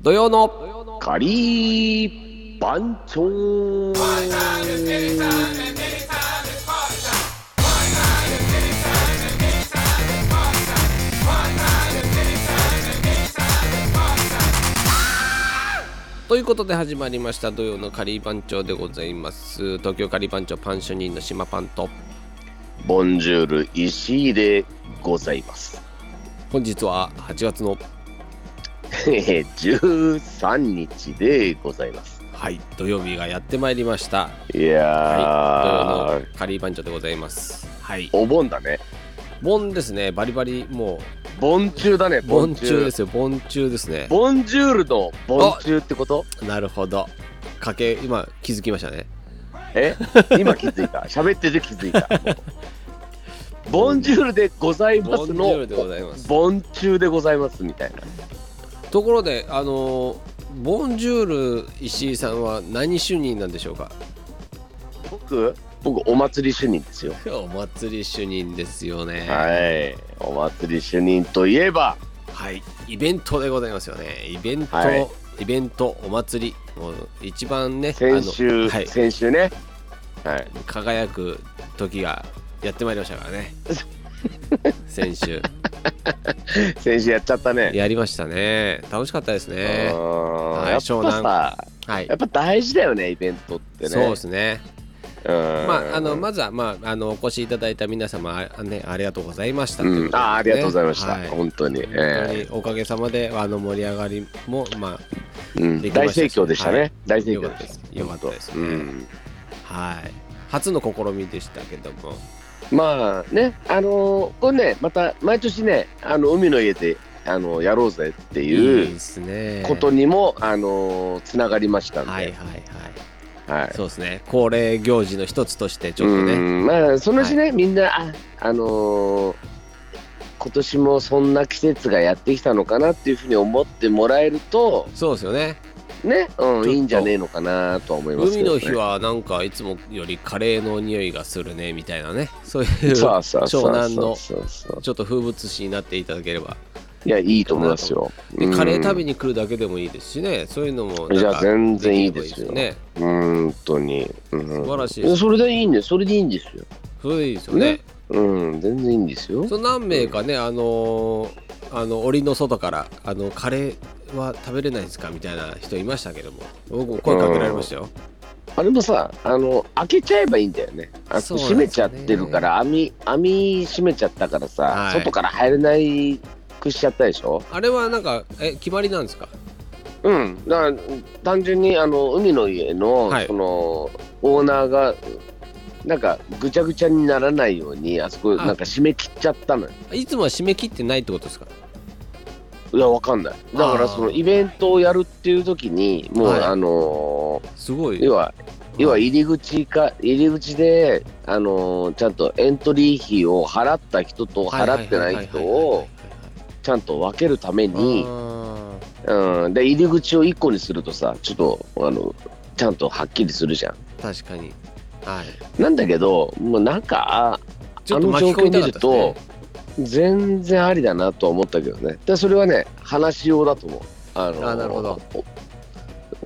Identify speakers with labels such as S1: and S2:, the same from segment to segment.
S1: 土曜の
S2: カリー番長
S1: ということで始まりました土曜のカリー番長でございます東京カリー番長パン主任の島パンと
S2: ボンジュール石井でございます。
S1: 本日は8月の
S2: えー13日でございます。
S1: はい土曜日がやってまいりました
S2: いや
S1: はい
S2: ー、
S1: 土曜のカリー番長でございますはい
S2: お盆だね。
S1: 盆ですねバリバリも
S2: 盆中だね、
S1: う盆
S2: 盆
S1: 中
S2: 中
S1: で。すよ盆中ですね
S2: ボンジュールの盆中ってこと
S1: なるほどかけ今気づきましたね
S2: え今 気づいた。喋ってて気づいた。もうボンジュールでございま
S1: 盆
S2: す
S1: 中
S2: の
S1: でございます
S2: 盆中でございますみたいな。
S1: ところであのーボンジュール石井さんは何主任なんでしょうか
S2: 僕僕お祭り主任ですよ。
S1: お祭り主任ですよね
S2: はい、お祭り主任といえば、
S1: はい、イベントでございますよね。イベント、
S2: はい
S1: イベント、お祭り、もう一番ね、
S2: 先週、
S1: あのはい、
S2: 先週ね、 はい、
S1: 輝く時がやってまいりましたから ね。先週
S2: 先週やっちゃったね。
S1: やりましたね。楽しかったですね
S2: う。
S1: はい
S2: んやっぱ
S1: 湘南
S2: さ、
S1: はい
S2: や。っぱ大事だよね、イベントってね。
S1: そうですね。
S2: うん
S1: まああのまずはまああのお越しいただいた皆様あねありがとうございました
S2: うんあーありがとうございました、
S1: はい
S2: 本当に,、え
S1: 本当におかげさまであの盛り上がりもまあ
S2: えうん
S1: できま
S2: 大
S1: した
S2: 盛況でしたね、
S1: はい
S2: 大盛
S1: 良か
S2: 況
S1: った
S2: で
S1: で
S2: し
S1: す
S2: た。
S1: 良かったですね
S2: 本当うん
S1: はい初の試みでしたけども
S2: まあね、あのーこれね、また毎年ね、あの海の家で、あのやろうぜって
S1: い
S2: い
S1: で
S2: う
S1: すね
S2: ことにも、あのつながりましたんで、
S1: はいはいはい、
S2: はい、
S1: そうですね恒例行事の一つとしてちょっと
S2: う
S1: ね
S2: んまあそのうちね、みんなああのー今年もそんな季節がやってきたのかなっていうふうに思ってもらえると
S1: そうですよね
S2: ね、
S1: っ
S2: う
S1: と
S2: ん、いいんじゃねえのかなとは思います
S1: 海
S2: けど、ね、
S1: の日はなんかいつもよりカレーの匂いがするねみたいなねそういうち
S2: そ
S1: ょ
S2: うそうそう
S1: 湘南の
S2: そうそう
S1: っと風物詩になっていただければ
S2: いやいいと思いますよ、
S1: で
S2: うん
S1: カレー食べに来るだけでもいいですしねそういうのもなんか
S2: いや全然いいです
S1: きれ
S2: よ
S1: ばね
S2: 本当に、うん、
S1: 素晴らしい
S2: やそれでいいんですそれでいいんですよ
S1: それでいいですよね
S2: ねうん全然いいんですよ
S1: そう何名かねあのーあの檻の外からあのカレーは食べれないですかみたいな人いましたけども僕も声かけられましたよ
S2: あれもさあの開けちゃえばいいんだよねあ
S1: そうなんです
S2: 閉
S1: よね
S2: めちゃってるから網網閉めちゃったからさ、
S1: はい
S2: 外から入れないくしちゃったでしょ
S1: あれはなんかえ決まりなんですか
S2: うんだから単純にあの海の家の,、
S1: はい
S2: そのオーナーがなんかぐちゃぐちゃにならないようにあそこ
S1: あ
S2: なんか締め切っちゃったのよ
S1: いつもは締め切ってないってことですか
S2: いやわかんないだか
S1: あー
S2: らそのイベントをやるっていう時にもう、
S1: はい
S2: あのー
S1: すごい。
S2: 要は要は入り口か入り口で、あのーちゃんとエントリー費を払った人と払ってない人をちゃんと分けるために、
S1: あ
S2: うん、で入り口を1個にするとさちょっとあのちゃんとはっきりするじゃん。
S1: ー確かに。はい。
S2: なんだけどもうなんかあ
S1: ちょっと巻き込みたかったですね。
S2: 全然ありだなとは思ったけどねでそれはね話しようだと思う。あのー
S1: あなるほど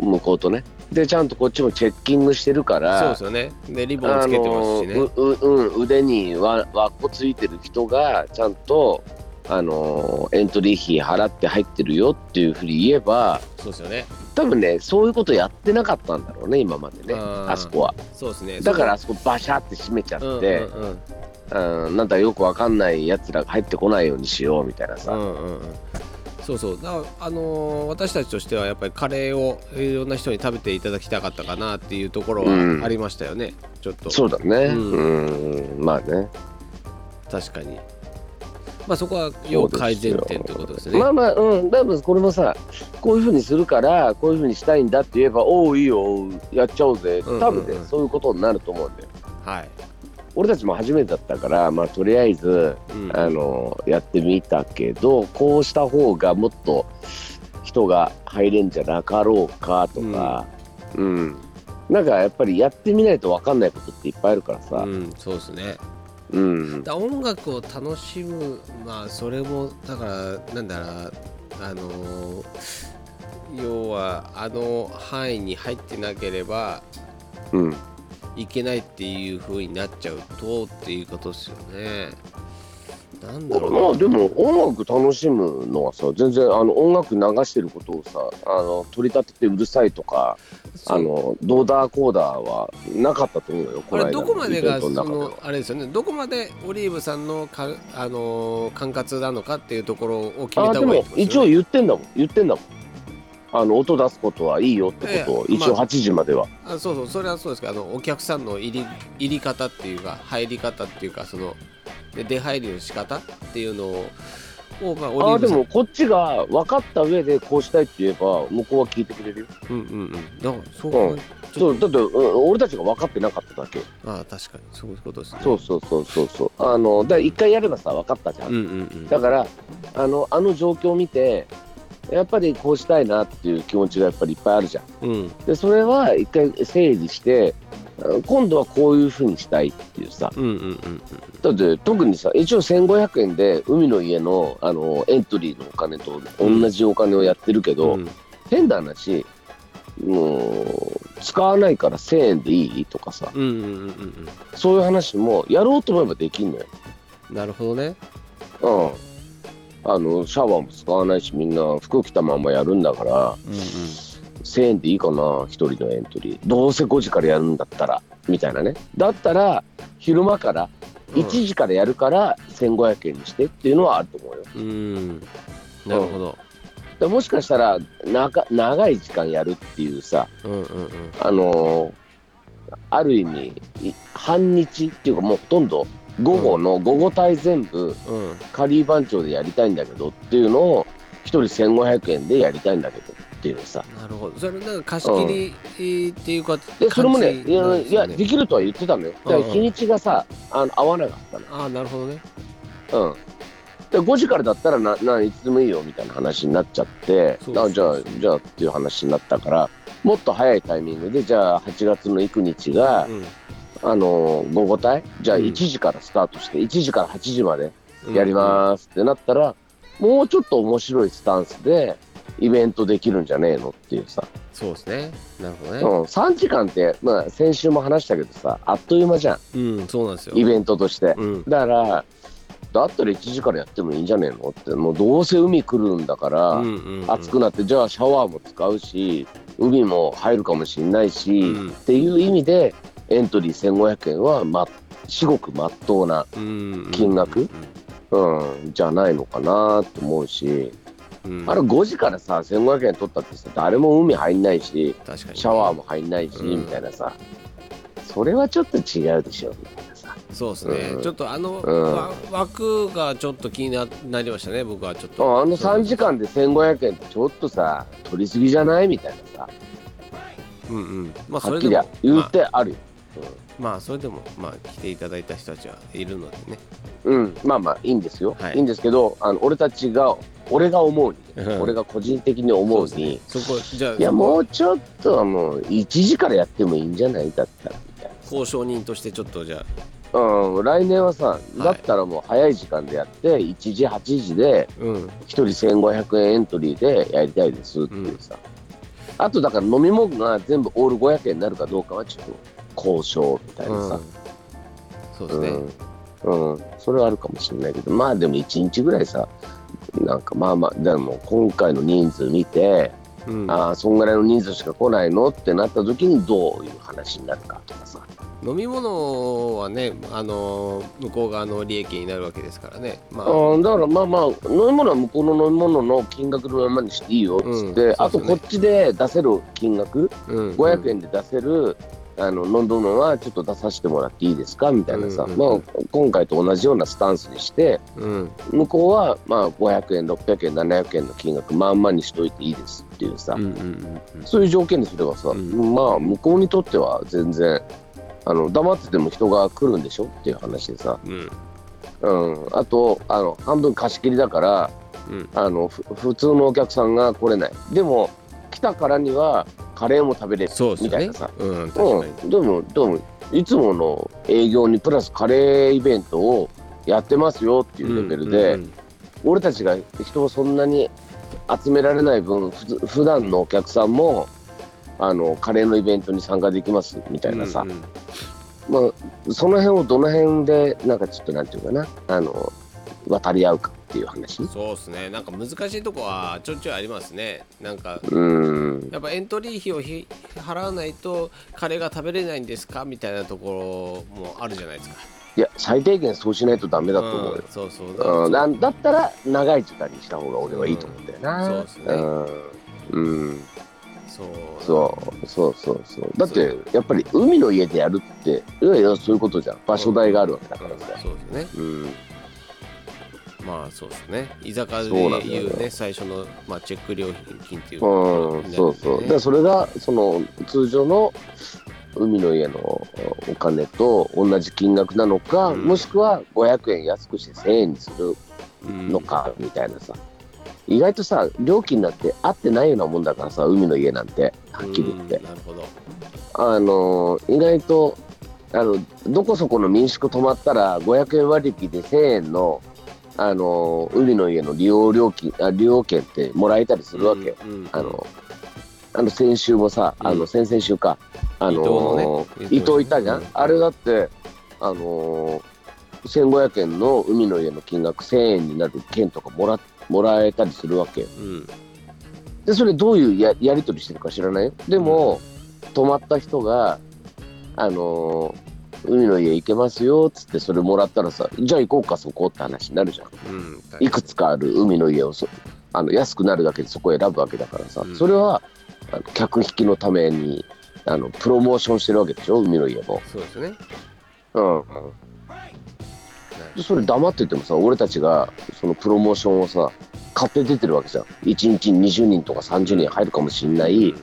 S2: 向こうとね。でちゃんとこっちもチェッキングしてるから
S1: そうですよね。でリボンつけてますし
S2: あの
S1: ね。
S2: うううん、腕にわ輪っこついてる人がちゃんと、あのーエントリー費払って入ってるよっていうふうに言えば
S1: そうですよね。
S2: 多分ねそういうことやってなかったんだろうね今までね
S1: あー
S2: あそこは
S1: そうですね。
S2: だからあそこバシャって閉めちゃっ
S1: そう。うんう
S2: て、
S1: んうん
S2: うんなんだよくわかんないやつらが入ってこないようにしようみたいな
S1: う
S2: さ、
S1: んうんうん。そうそうだからあのー私たちとしてはやっぱりカレーをいろんな人に食べていただきたかったかなっていうところ
S2: うん
S1: はありましたよね、ちょっと
S2: そうだね
S1: う
S2: うんまあね
S1: 確かにまあそこは要改善点ということですね
S2: まあまあうん多分これもさこういうふうにするからこういうふうにしたいんだって言えばおおいいよやっちゃおうぜ
S1: うんうんうん
S2: 多分ね、そういうことになると思うんだよ
S1: はい、
S2: 俺たちも初めてだったからまあとりあえず
S1: うん、
S2: あのやってみたけどこうした方がもっと人が入れんじゃなかろうかとかうん、なんかやっぱりやってみないと分かんないことっていっぱいあるからさ
S1: うん、そうですね
S2: うん、
S1: だ音楽を楽しむまあそれもだからなんだろうなあのー要はあの範囲に入ってなければ
S2: うん、
S1: いけないっていう風になっちゃうとっていうことですよね。なんだ
S2: ま
S1: ろ
S2: あ
S1: う
S2: でも音楽楽しむのはさ全然あの音楽流してることをさあの取り立ててうるさいとか
S1: な。
S2: あのドーダーコーダーはなかったと思うよ
S1: こ
S2: この
S1: れ
S2: 間
S1: どこまでが
S2: イベ
S1: そ
S2: ントの中で
S1: のあれですよねどこまでオリーブさんのかあのー管轄なのかっていうところを決め
S2: あ
S1: た方
S2: で
S1: がいい
S2: も
S1: ってことです
S2: 一
S1: よ
S2: 応
S1: ね
S2: 言ってんだもん言ってんだもんあの音出すことはいいよってことを
S1: ええ
S2: 一応
S1: まあ
S2: 8時までは、
S1: あそうそうそれはそうですけどあのお客さんの入り入り方っていうか入り方っていうかそので出入りの仕方っていうのををまあオリ
S2: あ
S1: ー
S2: あで
S1: ブさん
S2: もこっちが分かった上でこうしたいって言えば向こうは聞いてくれるよ
S1: うんうんうんだからそう考え
S2: うん
S1: ち
S2: そ
S1: ょっ
S2: うだって、うん俺たちが分かってなかっただけ
S1: とああ確かにそういうことですね
S2: そうそうそうそうそうあのだから一回やればさ分かったじゃん、
S1: うんうんうん
S2: だからあのあの状況を見てやっぱりこうしたいなっていう気持ちがやっぱりいっぱいあるじゃん
S1: うん
S2: でそれは一回整理してうん今度はこういうふうにしたいっていうさ
S1: うんうんうん
S2: だって特にさ一応1500円で海の家のあのエントリーのお金と同じお金をやってるけど、
S1: うん
S2: 変な話もう使わないから1000円でいいとかさ
S1: うんうんうんうん
S2: そういう話もやろうと思えばできんのよ。
S1: うんなるほどね
S2: うんあのシャワーも使わないしみんな服着たままやるんだから
S1: うんうん
S2: 1000円でいいかな1人のエントリーどうせ5時からやるんだったらみたいなねだったら昼間から1時からやるから1500円にしてっていうのはあると思うよ
S1: うんなるほど
S2: でもしかしたらなか長い時間やるっていうさ、
S1: うんうんうん
S2: あのーある意味い半日っていうかもうほとんど午後の午後帯全部
S1: うん
S2: カリー番長でやりたいんだけどっていうのを1人1500円でやりたいんだけどっていうさ
S1: なるほどそれなんか貸し切りっていうか
S2: でそれもねいや
S1: 感
S2: い
S1: じな
S2: や
S1: んですよ
S2: できるとは言ってたのよだから
S1: うんうん
S2: 日にちがさあの合わなかった
S1: ああなるほどね
S2: のうんで5時からだったらなないつでもいいよみたいな話になっちゃって
S1: そうそう
S2: あじゃあじゃあっていう話になったからもっと早いタイミングでじゃあ8月の幾日が、
S1: うん
S2: あのー午後帯じゃあ
S1: うん
S2: 1時からスタートして、1時から8時までやりますってなったら、もうちょっと面白いスタンスでイベントできるんじゃねえのっていうさ、
S1: すそうですねなるほ
S2: う
S1: ど
S2: ん
S1: ね、
S2: 3時間って、まあ、先週も話したけどさあっという間じゃん
S1: うん、そうなんですよ
S2: イベントとして、
S1: うん
S2: だからだったら1時からやってもいいんじゃねえのってもうどうせ海来るんだから、
S1: うんうんうん、
S2: 暑くなってじゃあシャワーも使うし海も入るかもしんないし、
S1: うん
S2: っていう意味でエントリー1500円は、ま、至極まっとうな、
S1: うん
S2: 金額
S1: うん
S2: うん、じゃないのかなと思うし、
S1: うんうん
S2: あれ5時からさ1500円取ったってさ誰も海入んないし
S1: 確かに
S2: シャワーも入んないし、
S1: うん
S2: みたいなさそれはちょっと違うでしょみたいなさ
S1: そうですね、
S2: うん
S1: ちょっとあの、
S2: うん
S1: わ枠がちょっと気にななりましたね僕はちょっ
S2: あ
S1: と
S2: の3時間で1500円ってちょっとさ取りすぎじゃないみたいなさ
S1: うんうんまあそ
S2: はっ
S1: れ
S2: き
S1: で
S2: り
S1: も
S2: 言
S1: ま
S2: う
S1: あ
S2: てあるよ、
S1: まあそれでもまあ来ていただいた人たちはいるのでね
S2: うん、まあまあいいんですよ、
S1: はい
S2: い、いんですけどあの俺たちが俺が思うに、
S1: うん
S2: 俺が個人的に思う
S1: そ
S2: に
S1: ですねそこじゃあ
S2: い
S1: そ
S2: や
S1: こ
S2: もうちょっとはもう1時からやってもいいんじゃないだったらみたい
S1: 交渉人としてちょっとじゃあ
S2: な、うん、来年はさ、
S1: い
S2: だったらもう早い時間でやって1時8時で
S1: うん
S2: 1人1500円エントリーでやりたいですっていうさ、あとだから飲み物が全部オール500円になるかどうかはちょっと交渉みたいなさ、
S1: そうで
S2: う
S1: すね、
S2: んうん、それはあるかもしれないけどまあでも1日ぐらいさなんかまあまあでも今回の人数見て、
S1: うん
S2: ああそんぐらいの人数しか来ないのってなった時にどういう話になるかとかさ
S1: 飲み物はね、あのー向こう側の利益になるわけですからね、まあ、
S2: うん、だからまあまあ飲み物は向こうの飲み物の金額のままにしていいよっ
S1: うん
S2: つ
S1: そうで
S2: って、
S1: すね
S2: あとこっちで出せる金額
S1: うん、
S2: 500円で出せる、あの飲んどるのはちょっと出させてもらっていいですかみたいなさ、
S1: うんうん
S2: ま
S1: う
S2: あ、今回と同じようなスタンスにして
S1: うん、
S2: 向こうはまあ500円600円700円の金額まんまにしといていいですっていうさ、
S1: うん、うん、うん、
S2: そういう条件にすればさ、
S1: うん
S2: まあ向こうにとっては全然あの黙ってても人が来るんでしょっていう話でさ、
S1: うん、
S2: うん、あとあの半分貸し切りだから
S1: うん、
S2: あのふ普通のお客さんが来れないでも来たからにはカレーも食べれる
S1: そうです
S2: み
S1: よ
S2: たい
S1: ね
S2: なさ、、
S1: うん、確かに、
S2: うん、でもでもいつもの営業にプラスカレーイベントをやってますよっていうレベルで、
S1: うんうん
S2: 俺たちが人をそんなに集められない分ふつ普段のお客さんもあのカレーのイベントに参加できますみたいなさ、
S1: うんうん
S2: まあ、その辺をどの辺でなんかちょっとなんていうかなあの渡り合うかっていう話
S1: そうですねなんか難しいとこはちょいちょいありますねなんか
S2: うん
S1: やっぱエントリー費をひ払わないとカレーが食べれないんですかみたいなところもあるじゃないですか。
S2: いや最低限そうしないとダメだと思うよ
S1: ん、そうそう。
S2: うん、なんだったら長い時間にした方が俺はいいと思うんだよな、
S1: うんそうっすね
S2: うんうん
S1: そう
S2: そうそうそうそうだってやっぱり海の家でやるっていやいやそういうことじゃん場所代があるわけだからさ、
S1: そうですね。
S2: うん、
S1: まあそうですね。居酒屋で
S2: そうなんだよね
S1: 言うね、最初の、まあ、チェック料金っていうところ
S2: うん、
S1: になるんだよね、
S2: そうそう。だからそれがその通常の海の家のお金と同じ金額なのか、
S1: うん
S2: もしくは500円安くして1000円にする
S1: うん
S2: のかみたいなさ、意外とさ料金なんて合ってないようなもんだからさ海の家なんてはっきり言って
S1: う、んなるほど。
S2: あの意外とあのどこそこの民宿泊まったら500円割引で1000円のあの海の家の利用料金あ利用券ってもらえたりするわけよ、
S1: うんうん
S2: あの、あの先週もさ、
S1: うん
S2: あの先々週か、あの
S1: 伊藤のね
S2: 伊藤いたじゃ
S1: うん
S2: ん、あれだって、あの1500円の海の家の金額1000円になる券とかもらもらえたりするわけよ。
S1: うん
S2: で、それどういうややり取りしてるか知らないよ。でも、泊まった人が、あの海の家行けますよっつってそれもらったらさじゃあ行こうかそこって話になるじゃん
S1: うん、
S2: いくつかある海の家をそあの安くなるだけでそこを選ぶわけだからさ、
S1: うん
S2: それはあの客引きのためにあのプロモーションしてるわけでしょ海の家も、
S1: そうですね。
S2: うんでそれ黙っててもさ俺たちがそのプロモーションをさ買って出てるわけじゃん1日に20人とか30人入るかもしんない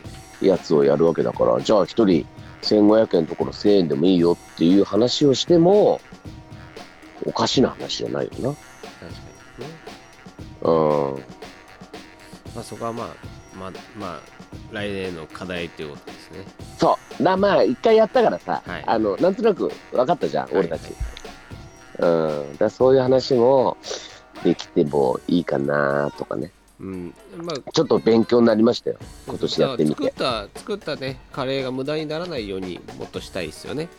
S2: やつをやるわけだからじゃあ1人1500円のところ1000円でもいいよっていう話をしてもおかしな話じゃないよな
S1: 確かにね。
S2: うん
S1: まあそこはまあ、まあ、まあ、来年の課題ということですね。
S2: そうなまあ一回やったからさ、
S1: はい
S2: あのなんとなく分かったじゃん俺たち、
S1: はい
S2: うんだからそういう話もできてもいいかなとかね
S1: うん、まあ
S2: ちょっと勉強になりましたよ今年やってみて
S1: だから作った作ったねカレーが無駄にならないようにもっとしたいですよね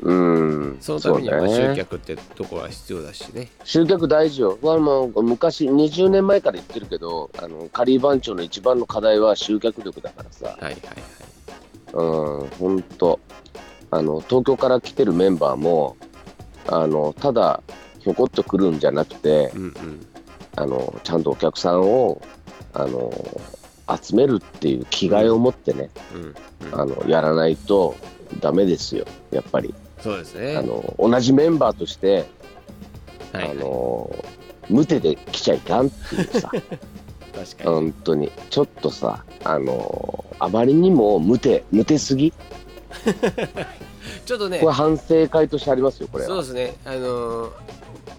S2: うん
S1: そのためには
S2: そうだ
S1: 集
S2: ね
S1: 客ってところは必要だしね
S2: 集客大事よ、まあ、もう昔20年前から言ってるけどあのカリー番長の一番の課題は集客力だからさ
S1: はいはい
S2: うん本当あの東京から来てるメンバーもあのただひょこっと来るんじゃなくて、
S1: うんうん
S2: あのちゃんとお客さんをあの集めるっていう気概を持ってね、
S1: うん、
S2: あのやらないとダメですよやっぱり、
S1: そうですね
S2: あの同じメンバーとして、
S1: はい、はい
S2: あの無手で来ちゃいかんっていう
S1: 確
S2: さ
S1: かに、
S2: 本当にちょっとさあのあまりにも無手無手すぎ
S1: ちょっとね
S2: これ反省会としてありますよこれ
S1: そう
S2: は
S1: ですねあのー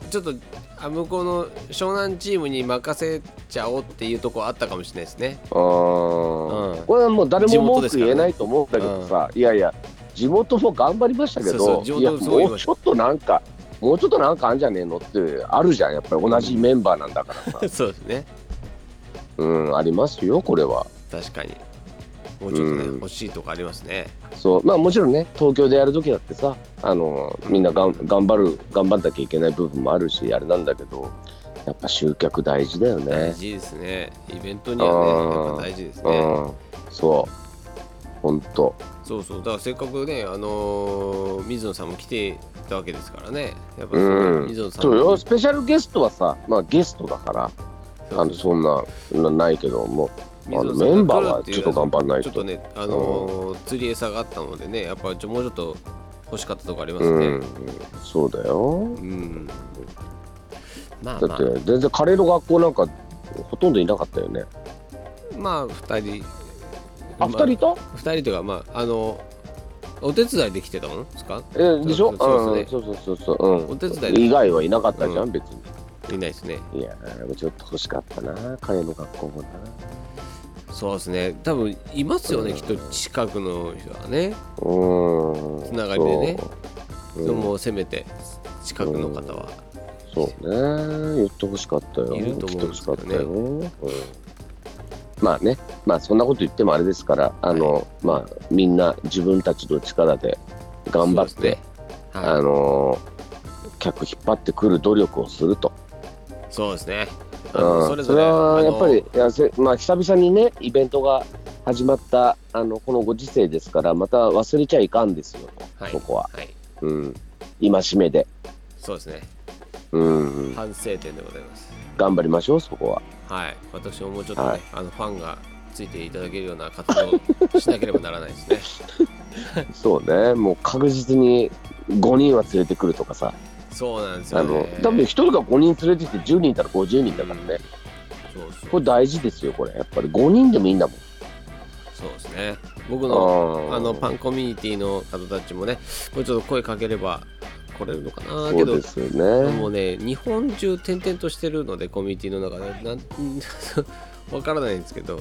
S1: ちょっとあ向こうの湘南チームに任せちゃおうっていうところあったかもしれないです ね
S2: うん
S1: うん
S2: これはもう誰
S1: 地
S2: も
S1: 元で
S2: 文
S1: す
S2: 句
S1: から
S2: 言
S1: ね
S2: えないと思うんだけどさ、いやいや地元も頑張りましたけ
S1: そ
S2: ど
S1: うそう地元
S2: いや
S1: もすごい
S2: もうちょっとなんかもうちょっとなんかあんじゃねえのってあるじゃんやっぱり同じメンバーなんだから さ
S1: そうですね
S2: うんありますよこれは
S1: 確かにもうちょっとね、
S2: うん
S1: 欲しいとこありますね
S2: そうまあもちろんね東京でやる時だってさあのみんながん頑張る頑張んなきゃいけない部分もあるしあれなんだけどやっぱ集客大事だよ
S1: 大
S2: ね
S1: 事ですねイベントにはねやっぱ大事です
S2: う
S1: ね
S2: んそうほんと
S1: そうそうだからせっかくねあのー水野さんも来ていたわけですからねやっぱその
S2: うん
S1: 水野さん
S2: そう
S1: の
S2: よスペシャルゲストはさまあゲストだから
S1: そう
S2: あのそんななないけどもあの
S1: 水野さんが
S2: メンバーは
S1: 来る
S2: ち
S1: てい
S2: ょ
S1: う
S2: っと頑張んない
S1: ちょ
S2: と
S1: っとねあのー釣り餌があったのでねやっぱちょもうちょっと欲しかったとこありま
S2: う
S1: すね
S2: んそうだよ
S1: うん、まあ
S2: だ
S1: ま
S2: っ
S1: あ
S2: て全然カレーの学校なんかほとんどいなかったよね
S1: まあ2人
S2: あ二人いた
S1: 2人というかまああのお手伝いできてたもんですか
S2: えでしょ
S1: そう
S2: うん
S1: そ
S2: そうそうそうそううん
S1: お手伝いで
S2: 以外はいなかったじゃ
S1: うん
S2: 別に
S1: いないですね
S2: いやーちょっと欲しかったなカレーの学校もな
S1: そうですね多分いますよね、
S2: うん
S1: きっと近くの人はね
S2: うん
S1: つながりでね
S2: そう
S1: で
S2: うん
S1: もせめて近くの方は、
S2: そうね言ってほしかったよ
S1: いると思うんですけどね
S2: 言ってほしかったようんまあね、まあそんなこと言ってもあれですから、あの、まあみんな自分たちの力で頑張っ
S1: そうで
S2: て、
S1: すね
S2: あ
S1: は
S2: の客引っ張ってくる努力をすると。
S1: い、そうですね。あの
S2: うん、それはやっぱり、いやせまあ、久々にね、イベントが始まったあのこのご時世ですから、また忘れちゃいかんですよ、
S1: はい
S2: そこは。
S1: あのはい、
S2: うん、戒めで、
S1: そうですね。
S2: うん、
S1: 反省点でございます。
S2: 頑張りましょう、そこは。
S1: はい、私ももうちょっとね、
S2: はい
S1: あのファンがついていただけるような活動をしなければならない ですね。
S2: そうね、もう確実に5人は連れてくるとかさ、
S1: そうなんですよ、
S2: あの
S1: ね。
S2: 多分1人が5人連れてきて10人いたら50人だからね、
S1: そうそう
S2: これ大事ですよ、これ、やっぱり5人でもいいんだもん。
S1: そうですね。僕の
S2: あ
S1: あのパ
S2: ン
S1: ンコミュニティの方たちもね、もうちょっと声かければ来れるのかな
S2: そ
S1: け
S2: う
S1: ど
S2: で。すよ
S1: も
S2: ね。
S1: うね、日本中転々としてるので、コミュニティの中で、なん わからないんですけど、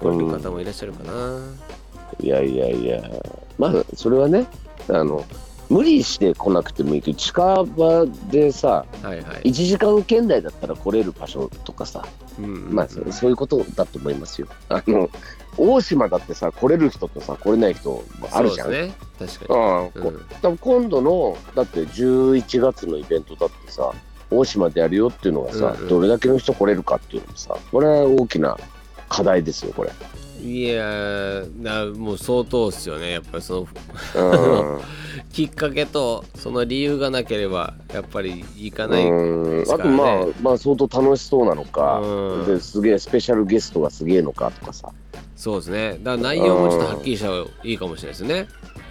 S1: 来れる方もいらっしゃるかな。
S2: いやいやいや、まあ、それはね、あの無理して来なくてもいいけど、近場でさ、
S1: はいはい
S2: 1。時間圏内だったら来れる場所とかさ、
S1: うん
S2: まあ、そそういうことだと思いますよ。あの大島だってさ、来れる人とさ、来れない人あるじゃん。
S1: そうですね。確か
S2: ああ、
S1: に。う
S2: こ
S1: ん
S2: 多分今度のだって11月のイベントだってさ大島でやるよっていうのがさ、
S1: うんうん
S2: どれだけの人来れるかっていうのもさこれは大きな課題ですよこれ。
S1: いやーなもう相当っすよねやっぱりその
S2: うん
S1: きっかけとその理由がなければやっぱり行かない、
S2: うん
S1: です
S2: あ
S1: か
S2: と
S1: らね
S2: まあまあ相当楽しそうなのか、
S1: うん
S2: ですげえスペシャルゲストがすげえのかとかさ、
S1: そうですねだから内容もちょっとはっきりした方がいいかもしれないですね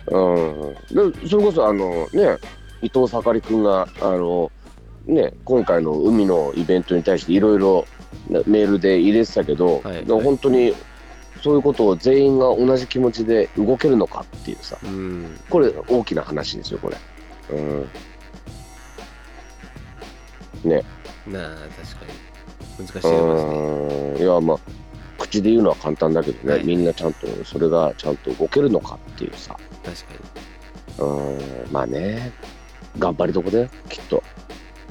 S2: うん、でそれこそあのね伊藤盛り君があの、ね、今回の海のイベントに対していろいろメールで入れてたけど、
S1: はいはい
S2: でも本当にそういうことを全員が同じ気持ちで動けるのかっていうさ
S1: うん
S2: これ大きな話ですよこれ。うん
S1: なあ確かに難しいと思いますね
S2: うんいやまあ口で言うのは簡単だけどね、
S1: はい
S2: みんなちゃんとそれがちゃんと動けるのかっていうさ
S1: 確かに
S2: うんまあね頑張りどこだよきっと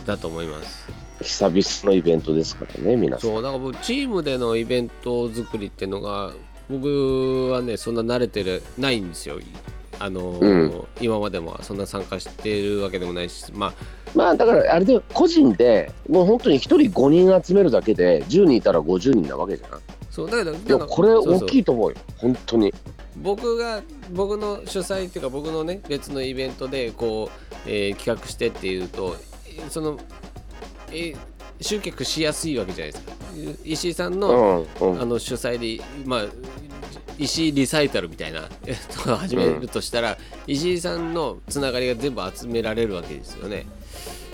S1: だと思います
S2: 久々のイベントですからね皆さん
S1: そうなんか僕チームでのイベント作りっていうのが僕はねそんな慣れてるないんですよあの、
S2: うん
S1: 今までもそんな参加してるわけでもないしまあ
S2: まあだからあれで個人でもう本当に1人5人集めるだけで10人いたら50人なわけじゃん
S1: そうだけどなん
S2: いや
S1: か
S2: これ
S1: そう
S2: 大
S1: そう
S2: きいと思うよ本当に
S1: 僕が僕の主催っていうか僕のね別のイベントでこう、えー企画してっていうとえーその、えー集客しやすいわけじゃないですかい石井さん
S2: う
S1: の,、
S2: んうん
S1: あの主催でまあ石井リサイタルみたいなえ っと始めるとしたら、石井さんのつながりが全部集められるわけですよね。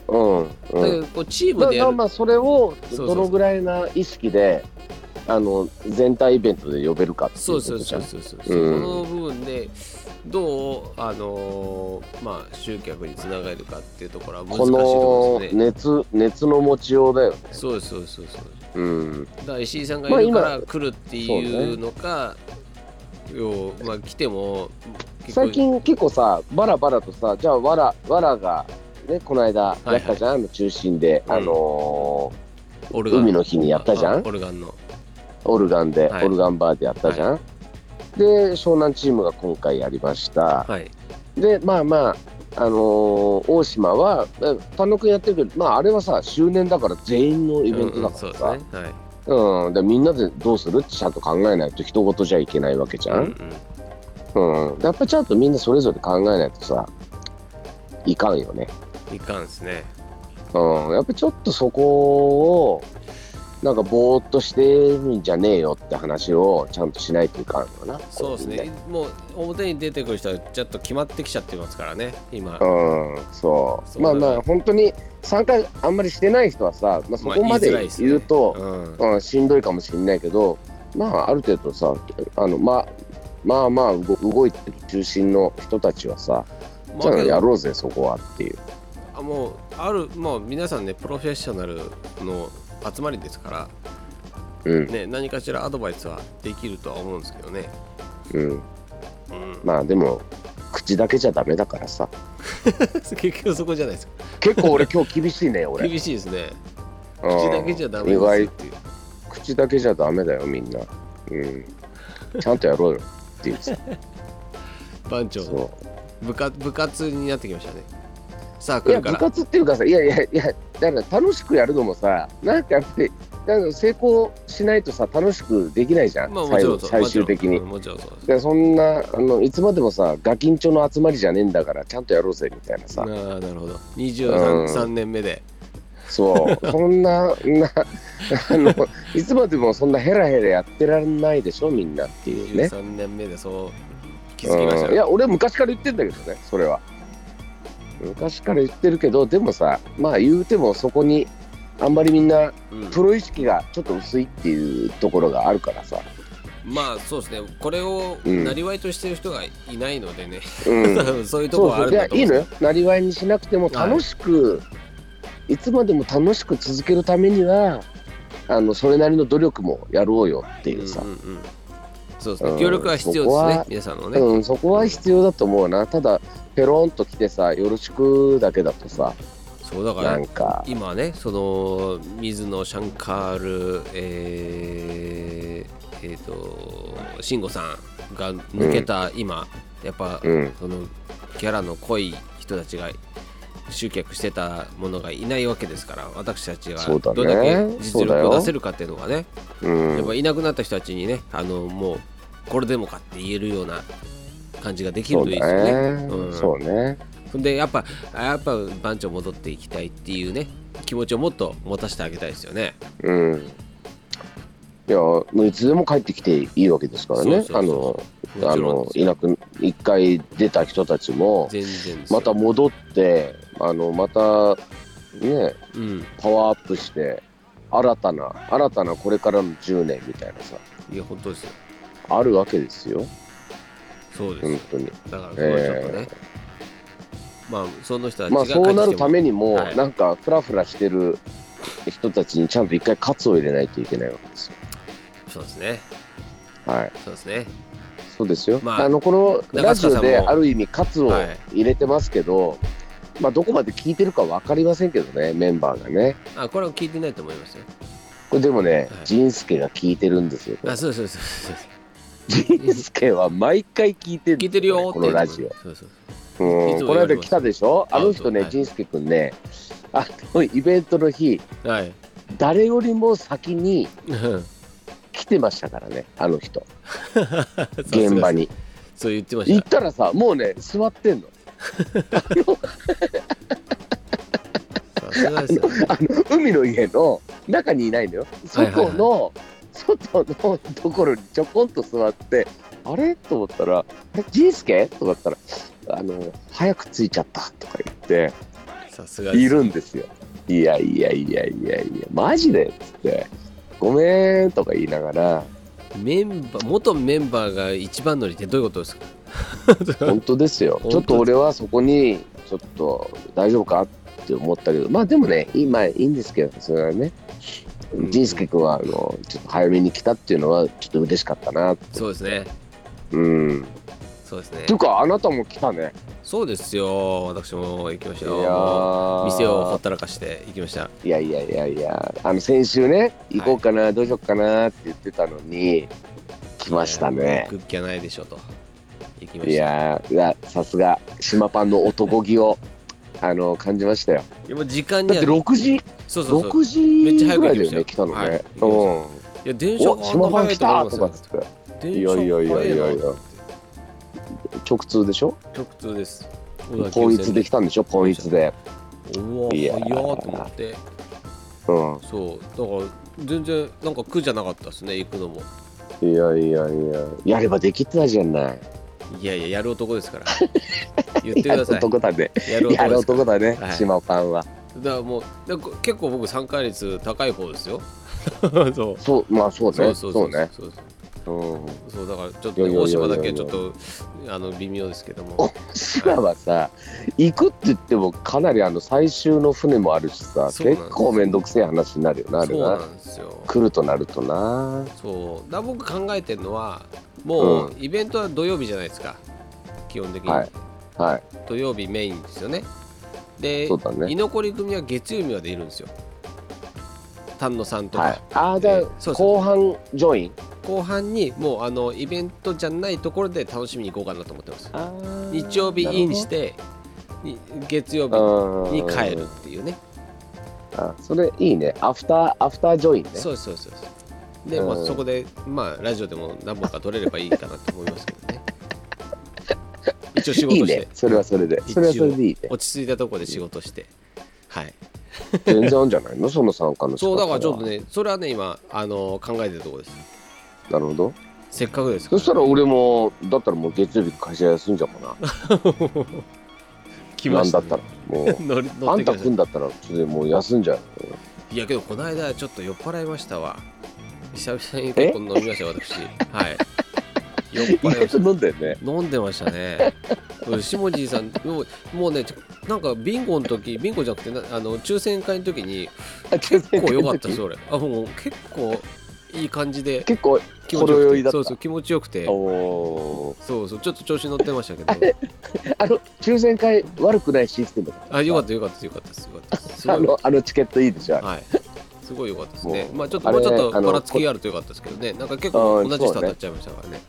S2: う
S1: だ
S2: んう
S1: け
S2: ん
S1: どこうチー
S2: ま
S1: ム
S2: あ
S1: でや
S2: まあ
S1: る
S2: まあそれを
S1: そうそうそう
S2: どのぐらいな意識であの全体イベントで呼べるかっていう
S1: そう
S2: こ
S1: そ
S2: と
S1: う
S2: じ
S1: そ
S2: ゃ
S1: うんそうそう、
S2: うん
S1: そこの部分でどうあのーまあ集客につながるかっていうところは難しい
S2: こと
S1: ころ
S2: の
S1: ですね。
S2: 熱熱の持ちようだよね
S1: そうそうそうそう。
S2: うん
S1: だから石井さんが
S2: まあ
S1: いるか
S2: 今
S1: ら来るっていうのか、要まあ来ても結構
S2: 最近結構さバラバラとさじゃあわらわらが、ね、この間
S1: いはい
S2: やったじゃん、あの中心で、
S1: うん
S2: あの
S1: オル
S2: ー海の日にやったじゃ
S1: あ
S2: ん
S1: オルガンの
S2: オルガンで、
S1: はい
S2: オルガンバーでやったじゃん、で湘南チームが今回やりました
S1: はい
S2: でまあまああのー大島はえ単独やってるけど、まあ、あれはさ周年だから全員のイベント
S1: うんう
S2: だ
S1: ん
S2: か
S1: そう
S2: ら
S1: で
S2: さ、うん
S1: すねはい
S2: でみんなでどうするってちゃんと考えないと人事じゃいけないわけじゃ
S1: うん
S2: ん、うんやっぱちゃんとみんなそれぞれ考えないとさいかんよね
S1: うんいかんですね
S2: うん、やっぱちょっとそこをなんかぼーっとしてるんじゃねえよって話をちゃんとしないといかんよな
S1: そうですねもう表に出てくる人はちょっと決まってきちゃってますからね今
S2: うんそう
S1: そうだ
S2: まあ
S1: ね
S2: まあ本当に参加あんまりしてない人はさ、まあ、そこま
S1: あ言いづらい
S2: です
S1: ね
S2: 言うと、
S1: うん
S2: うん、しんどいかもしれないけどまあある程度さあのまあまあまあ動動いてる中心の人たちはさじ
S1: ま
S2: ゃ
S1: あ
S2: あやろうぜそこはっていう
S1: あもうあるもう皆さんねプロフェッショナルの集まりですから
S2: うん
S1: ね何かしらアドバイスはできるとは思うんですけどね
S2: うん
S1: うん
S2: まあでも口だけじゃダメだからさ
S1: 結局そこじゃないですか
S2: 結構俺今日厳しいね俺
S1: 厳しいですね
S2: うん
S1: 口だけじゃダメですよっていう
S2: 意外口だけじゃダメだよみんな、うん、ちゃんとやろうよって言ってた
S1: 番長
S2: そ
S1: 部活部活になってきましたねサー
S2: うい
S1: ク
S2: や
S1: ルか
S2: 部
S1: ら
S2: 活っていうかさいやいやいやだから楽しくやるのもさなんかやっぱりなんか成功しないとさ楽しくできないじゃん、
S1: まあも
S2: 最
S1: ちろ
S2: 後
S1: んそう
S2: 最終的に
S1: もちろんそうもちろんそうです
S2: でそんなあのいつまでもさガキンチョの集まりじゃねえんだからちゃんとやろうぜみたいなさ、
S1: あーなるほど23
S2: うん
S1: 三年目で
S2: そうそんななあのいつまでもそんなヘラヘラやってられないでしょみんなっていうね
S1: 23年目でそう気づきました
S2: うんい
S1: よ
S2: や俺昔から言ってんだけどねそれは昔から言ってるけどでもさまあ言うてもそこにあんまりみんな
S1: うん
S2: プロ意識がちょっと薄いっていうところがあるからさ、
S1: まあそうですねこれを
S2: うん
S1: なりわいとしてる人がいないのでね、
S2: うん、
S1: 多分 そういうとこ
S2: そう
S1: はある
S2: そうんいや
S1: だと
S2: い
S1: 思
S2: いうの
S1: ん
S2: よなりわいにしなくても楽しく、い、つまでも楽しく続けるためにはあのそれなりの努力もやろうよっていう
S1: です
S2: さ
S1: よ、うんうんうんそうですね、
S2: うん
S1: 協力は必要で
S2: そ
S1: す
S2: こ
S1: ね
S2: は
S1: 皆さんの
S2: う
S1: ね、
S2: んそこは必要だと思うなただペロンと来てさ「よろしく」だけだとさ
S1: そうだか
S2: な
S1: ら
S2: んか
S1: 今ねその水野シャンカールえー、えーと慎吾さんが抜けた今、やっぱ、
S2: うん
S1: そのギャラの濃い人たちが集客してたものがいないわけですから私たちが
S2: そうだね
S1: どれだけ
S2: そ
S1: 実
S2: うだ
S1: 力
S2: よ
S1: を出せるかっていうのがね
S2: うん
S1: やっぱいなくなった人たちにねあのもうこれでもかって言えるような感じができる
S2: そ
S1: と
S2: う
S1: いいですよね。
S2: だね、
S1: うん
S2: そうね
S1: ほんでやっぱやっぱ番長戻っていきたいっていうね気持ちをもっと持たせてあげたいですよね。
S2: うんいやもういつでも帰ってきていいわけですから
S1: そ
S2: ね
S1: うそう
S2: あ
S1: そ
S2: の
S1: も
S2: あ
S1: ちろん
S2: の
S1: です
S2: い
S1: よ
S2: なく一回出た人たちも
S1: 全然ですよ
S2: また戻ってあのまたね
S1: うん
S2: パワーアップして新たな新たなこれからの10年みたいなさ
S1: いや本当ですよ
S2: あるわけですよ
S1: そうですよ
S2: 本当に
S1: だからそれはちょっとね、まあその人たちが
S2: まあそうなるためにも、
S1: はい
S2: なんかフラフラしてる人たちにちゃんと一回喝を入れないといけないわけですよ
S1: そうですね
S2: はい
S1: そうですね
S2: そうですよ、
S1: まあ
S2: あ、のこのラジオで
S1: 中塚さんも
S2: ある意味喝を
S1: はい
S2: 入れてますけど、まあどこまで聞いてるか分かりませんけどねメンバーがね
S1: あこれは聞いてないと思いますよ
S2: これでもね
S1: はい
S2: 仁助、が聞いてるんですよ
S1: あそうそうそうそうそう
S2: 仁助は毎回聞いてるん
S1: 聞い
S2: で
S1: て
S2: す
S1: る
S2: よね
S1: よーって
S2: このラジオ
S1: そうそうい
S2: うん
S1: つも言
S2: この
S1: われ
S2: 間
S1: ます
S2: 来たでしょあの人
S1: は
S2: ね
S1: い
S2: 仁介君ねあのイベントの日
S1: はい
S2: 誰よりも先に来てましたからねあの人現場に
S1: そう言ってま
S2: 行
S1: し
S2: ったらさもうね座ってんの
S1: たさすがですよ
S2: あの海の家の中にいないのよ外の、外のところにちょこんと座ってあれと思ったら「え仁介?」とか言ったら「あの早く着いちゃった」とか言って。
S1: さすが
S2: い
S1: です
S2: るんですよ。いやいやいやいやいや、マジでっつって、ごめんとか言いながら、
S1: メンバー元メンバーが一番乗りってどういうことですか。
S2: 本当ですよちょっと俺はそこに、ちょっと大丈夫かって思ったけど、まあでもね、今いいんですけど、それはね、
S1: うん
S2: 仁介君はあのちょっと早めに来たっていうのは、ちょっと嬉しかったな。
S1: そうですね
S2: うん。
S1: そうですね
S2: ていうか、あなたも来たね。
S1: そうですよ私も行きまし
S2: い
S1: た
S2: や
S1: よもう
S2: ー
S1: 店をほったらかして行きました
S2: いやいやいやいや、あの先週ね、行こうかな、どうしようかなって言ってたのに、来ましたね。
S1: グッキャないでしょと行きま
S2: い
S1: した
S2: やーいやさすが島パンの男気をあの感じましたよ
S1: いやもう時間に
S2: だっ
S1: は
S2: て6時
S1: そうそうそう
S2: 6
S1: めっちゃ
S2: 時
S1: 早く
S2: ぐら
S1: 行
S2: い
S1: き
S2: だ
S1: ま
S2: よ
S1: したよ
S2: ね来たの
S1: は
S2: ね
S1: い、
S2: うん
S1: いや電車が
S2: お島パン来たと
S1: と
S2: か
S1: か
S2: っつって
S1: 電
S2: いや
S1: 車
S2: いやいやいや
S1: 早
S2: い
S1: いな
S2: や直通でしょ
S1: 直通です
S2: ポンイツできたんでしょポンイツで
S1: うわ
S2: いやー
S1: 早ーと思って
S2: う
S1: そうだから全然なんか苦じゃなかったですね行くのも
S2: んいやいやいややればできてたじゃない
S1: いやいややる男ですから 言ってく
S2: や
S1: だ
S2: る
S1: さい
S2: 男だね
S1: やる
S2: や
S1: 男
S2: る
S1: ですか
S2: 男だね
S1: はい
S2: 島パンは
S1: らだからもうなんか結構僕参加率高い方ですよそう
S2: そうまあそう
S1: そ
S2: ね
S1: うそうそ
S2: そう
S1: う
S2: ね
S1: そうそう
S2: うん
S1: そうだからちょっ
S2: い
S1: と
S2: やい
S1: ね
S2: やいや
S1: 大島
S2: いや
S1: だけちょっとあの微妙ですけども
S2: お島はさ行くって言ってもかなりあの最終の船もあるしさ
S1: そうなんです
S2: 結構面倒くせえ話になるよなあれ
S1: そう
S2: な
S1: なんですよ
S2: 来るとなるとな
S1: そうだから僕考えてるのはもう
S2: う
S1: イベントは土曜日じゃないですか基本的に、
S2: はいはい
S1: 土曜日メインですよねで
S2: そうだね
S1: 居残り組は月曜日までいるんですよ丹野さんとか、
S2: はい、ああじゃあ、
S1: えーそうそう
S2: 後半ジョイン
S1: 後半にもうあのイベントじゃないところで楽しみに行こうかなと思ってます日曜日インしてに月曜日に帰るっていうね
S2: あそれいいねアフターアフタージョインね
S1: そうですそうですそうですで、まあ、
S2: うん
S1: そこでまあラジオでも何本か撮れればいいかなと思いますけどね 一応仕
S2: いい
S1: 事して
S2: ねそれはそれで
S1: 一応
S2: それはそれでいいね
S1: 落ち着いたところで仕事してはい
S2: 全然あるんじゃないのその参加の仕
S1: そ
S2: 方
S1: う
S2: は
S1: だからちょっとねそれはね今あの考えてるところです
S2: なるほど
S1: せっかくですか
S2: そ
S1: ら
S2: したら俺もだったらもう月曜日会社休んじゃおうかな
S1: 来
S2: な
S1: ま
S2: ん
S1: し
S2: だ
S1: た
S2: っ
S1: ね
S2: た らもう
S1: 乗り乗
S2: あ
S1: って
S2: ん
S1: き
S2: た
S1: ま
S2: 来ん
S1: し
S2: だったらそれでもう休んじゃうよ
S1: たいやけどこの間ちょっと酔っ払いましたわ久々に結構飲みましたよ私 はい酔っ
S2: 意
S1: 払いま
S2: 外
S1: した
S2: と飲んだよね
S1: 飲んでましたねうん下地さんもうもうねなんかビンゴの時ビンゴじゃなくてなあの抽選会の時に
S2: 結
S1: 結構良かったです俺あもう結構いい感じで
S2: 結構
S1: 気持ちよ
S2: ほろ
S1: く
S2: 酔いだ
S1: てそ
S2: った
S1: うそう気持ちよくて
S2: おー
S1: そうそうちょっと調子乗ってましたけど
S2: あの抽選会悪くないシステムだった
S1: あ良かった良かった良かったです良かったですすご
S2: あ
S1: い良
S2: の
S1: か
S2: あのチケットいいでしょ
S1: ったはいすごい良かったですね
S2: もう
S1: まあちょっと
S2: あ
S1: も
S2: れ
S1: うちょっと
S2: あの
S1: ばらつきがあると良かったですけどねなんか結構
S2: うん
S1: 同じ人当
S2: そうね
S1: たっちゃいましたからね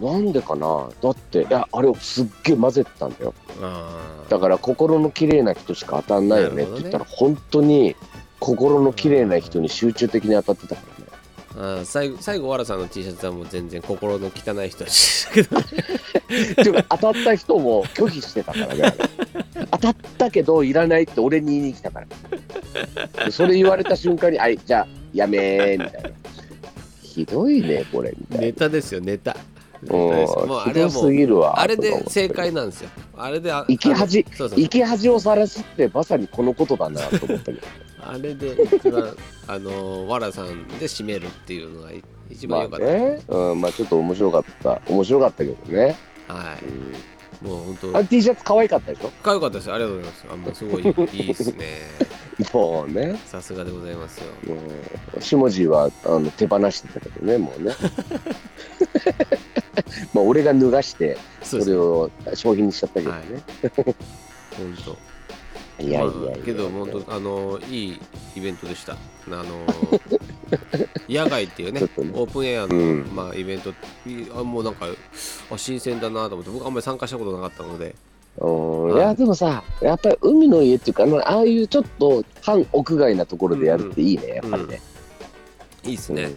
S2: なんでかなだっていやあれをすっげえ混ぜてたんだよ
S1: あ
S2: だから心の綺麗な人しか当たんないよねって言っ
S1: な
S2: たら、本当に心の綺麗な人に集中的に当たってたからね
S1: ーあー最後最後わらさんの T シャツはもう全然心の汚い人たちだけど
S2: っていうか当たった人も拒否してたからね当たったけどいらないって俺に言いに来たからそれ言われた瞬間に「はいじゃあやめー」みたいなひどいねこれみたいな
S1: ネタですよネタネ
S2: うん
S1: タですよもうあ
S2: ひ
S1: れ
S2: ど
S1: はも
S2: す
S1: う
S2: ぎるわ
S1: あれで正解なんですよあれであ
S2: 生き恥
S1: あのそうそう
S2: 生き恥をさらすってまさにこのことだなと思ったけ ど
S1: あれで一番あのわらさんで締めるっていうのが一番
S2: ま
S1: 良か
S2: あ
S1: った、
S2: ね、うん、まあちょっと面白かった面白かったけどね、
S1: は
S2: うん
S1: いもう本当
S2: あの T シャツ可愛かったでしょ
S1: かわいかったですありがとうございますあもうす ごいいいですね
S2: もうね、
S1: さすがでございますよ
S2: もう下地はあの手放してたけどね、 もうね。まあ俺が脱がして、
S1: そ
S2: そう
S1: です
S2: れ
S1: ね
S2: を商品にしちゃったけどね。
S1: 本当
S2: い、やいや
S1: ま
S2: い
S1: あ
S2: や。
S1: けど本当あのいいイベントでしたあ の野外っていうね
S2: ちょっとね
S1: オープンエアの、
S2: うん
S1: まあ、イベントいあもうなんかあ新鮮だなと思って僕あんまり参加したことなかったので
S2: うんいや、でもさ、やっぱり海の家っていうか、あのああいうちょっと半屋外なところでやるっていいね、やっぱりね。
S1: いいです
S2: うん
S1: ね、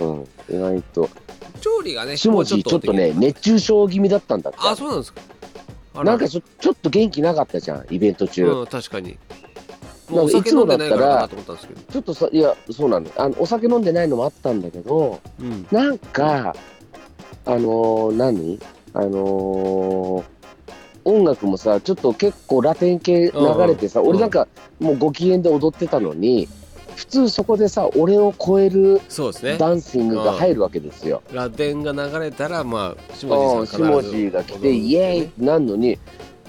S2: うん意外と
S1: 調理がねも
S2: 下
S1: う
S2: 地ちょっとね
S1: できる
S2: 熱中症気味だったんだって
S1: あそうなんですかあら
S2: なんかちょちょっと元気なかったじゃんイベント中、
S1: うん確かにもうお
S2: なんか
S1: 酒飲んでないからかない
S2: つもだったら
S1: と思ったんですけど
S2: ちょっとさいやそうなのあのお酒飲んでないのもあったんだけど
S1: うん
S2: なんか、あのー何あのー音楽もさ、ちょっと結構ラテン系流れてさ、
S1: うんうん
S2: 俺なんかもうご機嫌で踊ってたのに、普通そこでさ、俺を超える
S1: そうですね
S2: ダンシングが入るわけですよ。
S1: ラテンが流れたらまあ下
S2: うん、
S1: 地さん
S2: 下
S1: 必ず
S2: 地が来て、イエーイってなんのに、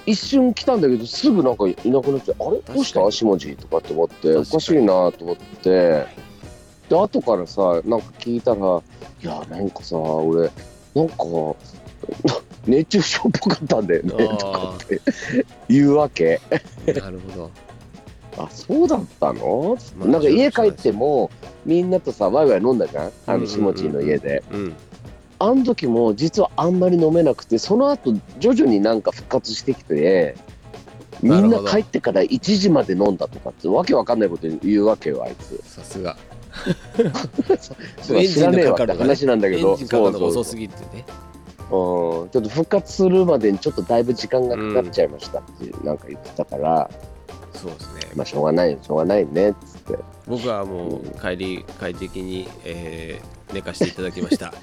S2: 一瞬来たんだけど、すぐなんかいなくなっちゃう、あれ
S1: かに
S2: どうした下地とかって思って、
S1: か
S2: お
S1: に
S2: かしいなと思って、で、後からさ、なんか聞いたら、いや、なんかさ、俺、なんか、 熱中症っぽかったんだよね
S1: あー
S2: とかって言うわけ。
S1: なるほど
S2: あ、そうだったの、
S1: まあ
S2: なんか家帰っても、みんなとさ、ワイワイ飲んだじゃん、あ
S1: うんうんう
S2: の
S1: ん
S2: 下地の家で。
S1: うん
S2: あの時も実はあんまり飲めなくてその後徐々になんか復活してきてみん
S1: なる
S2: な
S1: ほど
S2: 帰ってから1時まで飲んだとかってわけわかんないこと言うわけよあいつ
S1: さすが
S2: そう
S1: エンジン
S2: 知らねえわ
S1: か
S2: っ
S1: かるの
S2: て
S1: がね
S2: 話なんだけ
S1: エ
S2: ど
S1: ンジンかかるのが
S2: そう
S1: 遅
S2: そう
S1: す
S2: そう
S1: ぎってね
S2: うんちょっと復活するまでにちょっとだいぶ時間がかかっちゃいましたっていうなんか言ってたから、
S1: そうですね
S2: まあしょうがないしょうがないねっつって
S1: 僕はもう帰り快適にえー寝かしていただきました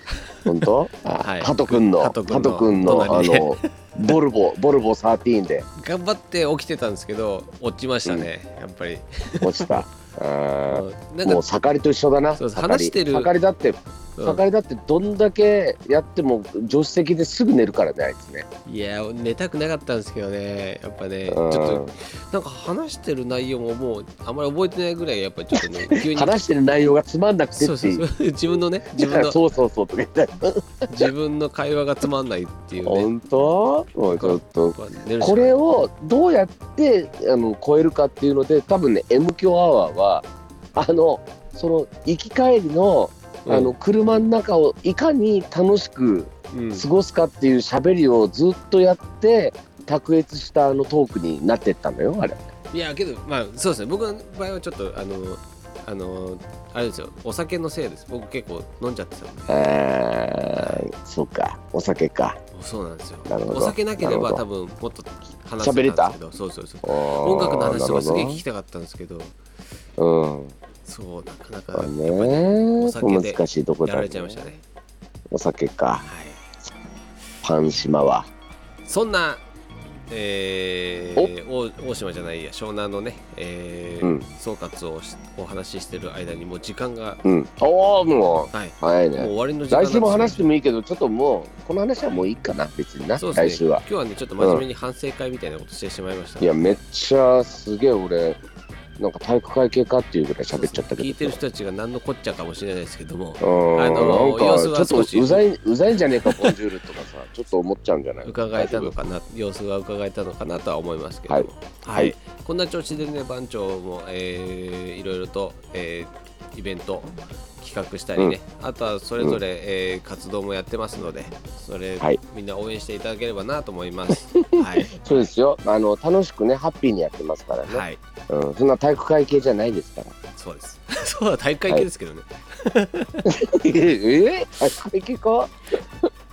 S2: 本当
S1: は
S2: あ
S1: い
S2: ハト君の
S1: ハ
S2: ハ
S1: ト
S2: ト
S1: 君の
S2: 君のあ
S1: 隣で
S2: のボルボボルボ13で
S1: 頑張って起きてたんですけど落ちましたねやっぱり
S2: 落 ちた。あー
S1: なん
S2: も
S1: か
S2: う盛りと一緒だな。
S1: そうです
S2: 盛り
S1: 話してる
S2: 盛りだって、
S1: うん
S2: 盛りだってどんだけやっても助手席ですぐ寝るからねあいつね。
S1: いや寝たくなかったんですけどねやっぱね
S2: う
S1: ち
S2: ん
S1: ょっとなんか話してる内容ももうあんまり覚えてないぐらいやっぱりちょっと ね急に
S2: 話してる内容がつまんなくて
S1: そう
S2: っ
S1: そ
S2: て
S1: う
S2: い。
S1: そうう自分のね自分の
S2: そうそうそうとか言った
S1: 自分の会話がつまんないっていうね
S2: 本当もうちょっと。
S1: 寝るしか
S2: こ
S1: ない
S2: れをどうやってあの超えるかっていうので多分ね M 強アワーはあのその行き帰りのあの車の中をいかに楽しく
S1: うん、
S2: 過ごすかっていう喋りをずっとやって卓越したあのトークになってったのよあれ
S1: いやけどまあそうですね僕の場合はちょっとあのあのあれですよお酒のせいです僕結構飲んじゃってたんで
S2: えーそうかお酒か
S1: そうなんですよ
S2: なるほど
S1: お酒なければ
S2: な
S1: 多
S2: る
S1: 分もっと話せたんですけどそうそうそう音
S2: 音
S1: 楽の話とかすげえ聞きたかったんですけど
S2: うん
S1: そうなかなか
S2: まあ
S1: やっぱり
S2: ね
S1: お酒で
S2: 難しいとこ
S1: やら
S2: だね
S1: れちゃいましたね
S2: お酒か
S1: はい
S2: パン島は
S1: そんな、えー、大大島じゃないや湘南のね、えー
S2: うん
S1: 総括をしお話ししてる間にもう時間が、
S2: うんおおも
S1: はい、
S2: う早い
S1: もう
S2: ね
S1: 終わりの時間
S2: 来週も話して
S1: も
S2: もいいけどちょっともうこの話はもういいかな別にな、
S1: そうで
S2: 来
S1: す
S2: 週
S1: ね
S2: は
S1: 今日はねちょっと真面目に反省会みたいなことしてしまいました、
S2: いやめっちゃすげえ俺なんか体育会系かっていうぐらい喋っちゃったけど
S1: 聞いてる人たちが何のこっちゃかもしれないですけども
S2: うん
S1: あの
S2: なんか
S1: 様子が
S2: ちょ
S1: 少
S2: っ
S1: し
S2: とうざいうざいんじゃねえかボンジュールとかさ ちょっと思っちゃうんじゃない
S1: 伺えたのかな様子が伺えたのかなとは思いますけども、
S2: はい
S1: は
S2: はいい
S1: こんな調子でね番長も、えーいろいろと、えーイベント企画したりね、あとはそれぞれ、えー活動もやってますのでそれ、
S2: はい
S1: みんな応援していただければなと思います。 はい、
S2: そうですよあの楽しくねハッピーにやってますからね、
S1: はい
S2: うん、そんな体育会系じゃないですから
S1: そうですそうは体育会系ですけどね、
S2: ええ体育会系か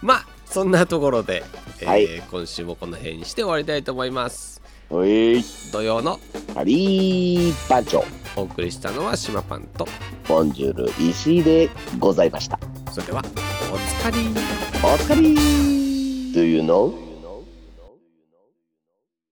S1: まあそんなところで、えー
S2: はい
S1: 今週もこの辺にして終わりたいと思います
S2: おい
S1: 土曜の
S2: パリー番長
S1: お送りしたのは島パンと
S2: ボンジュール石井でございました
S1: それではおつかり
S2: お疲れ Do you know?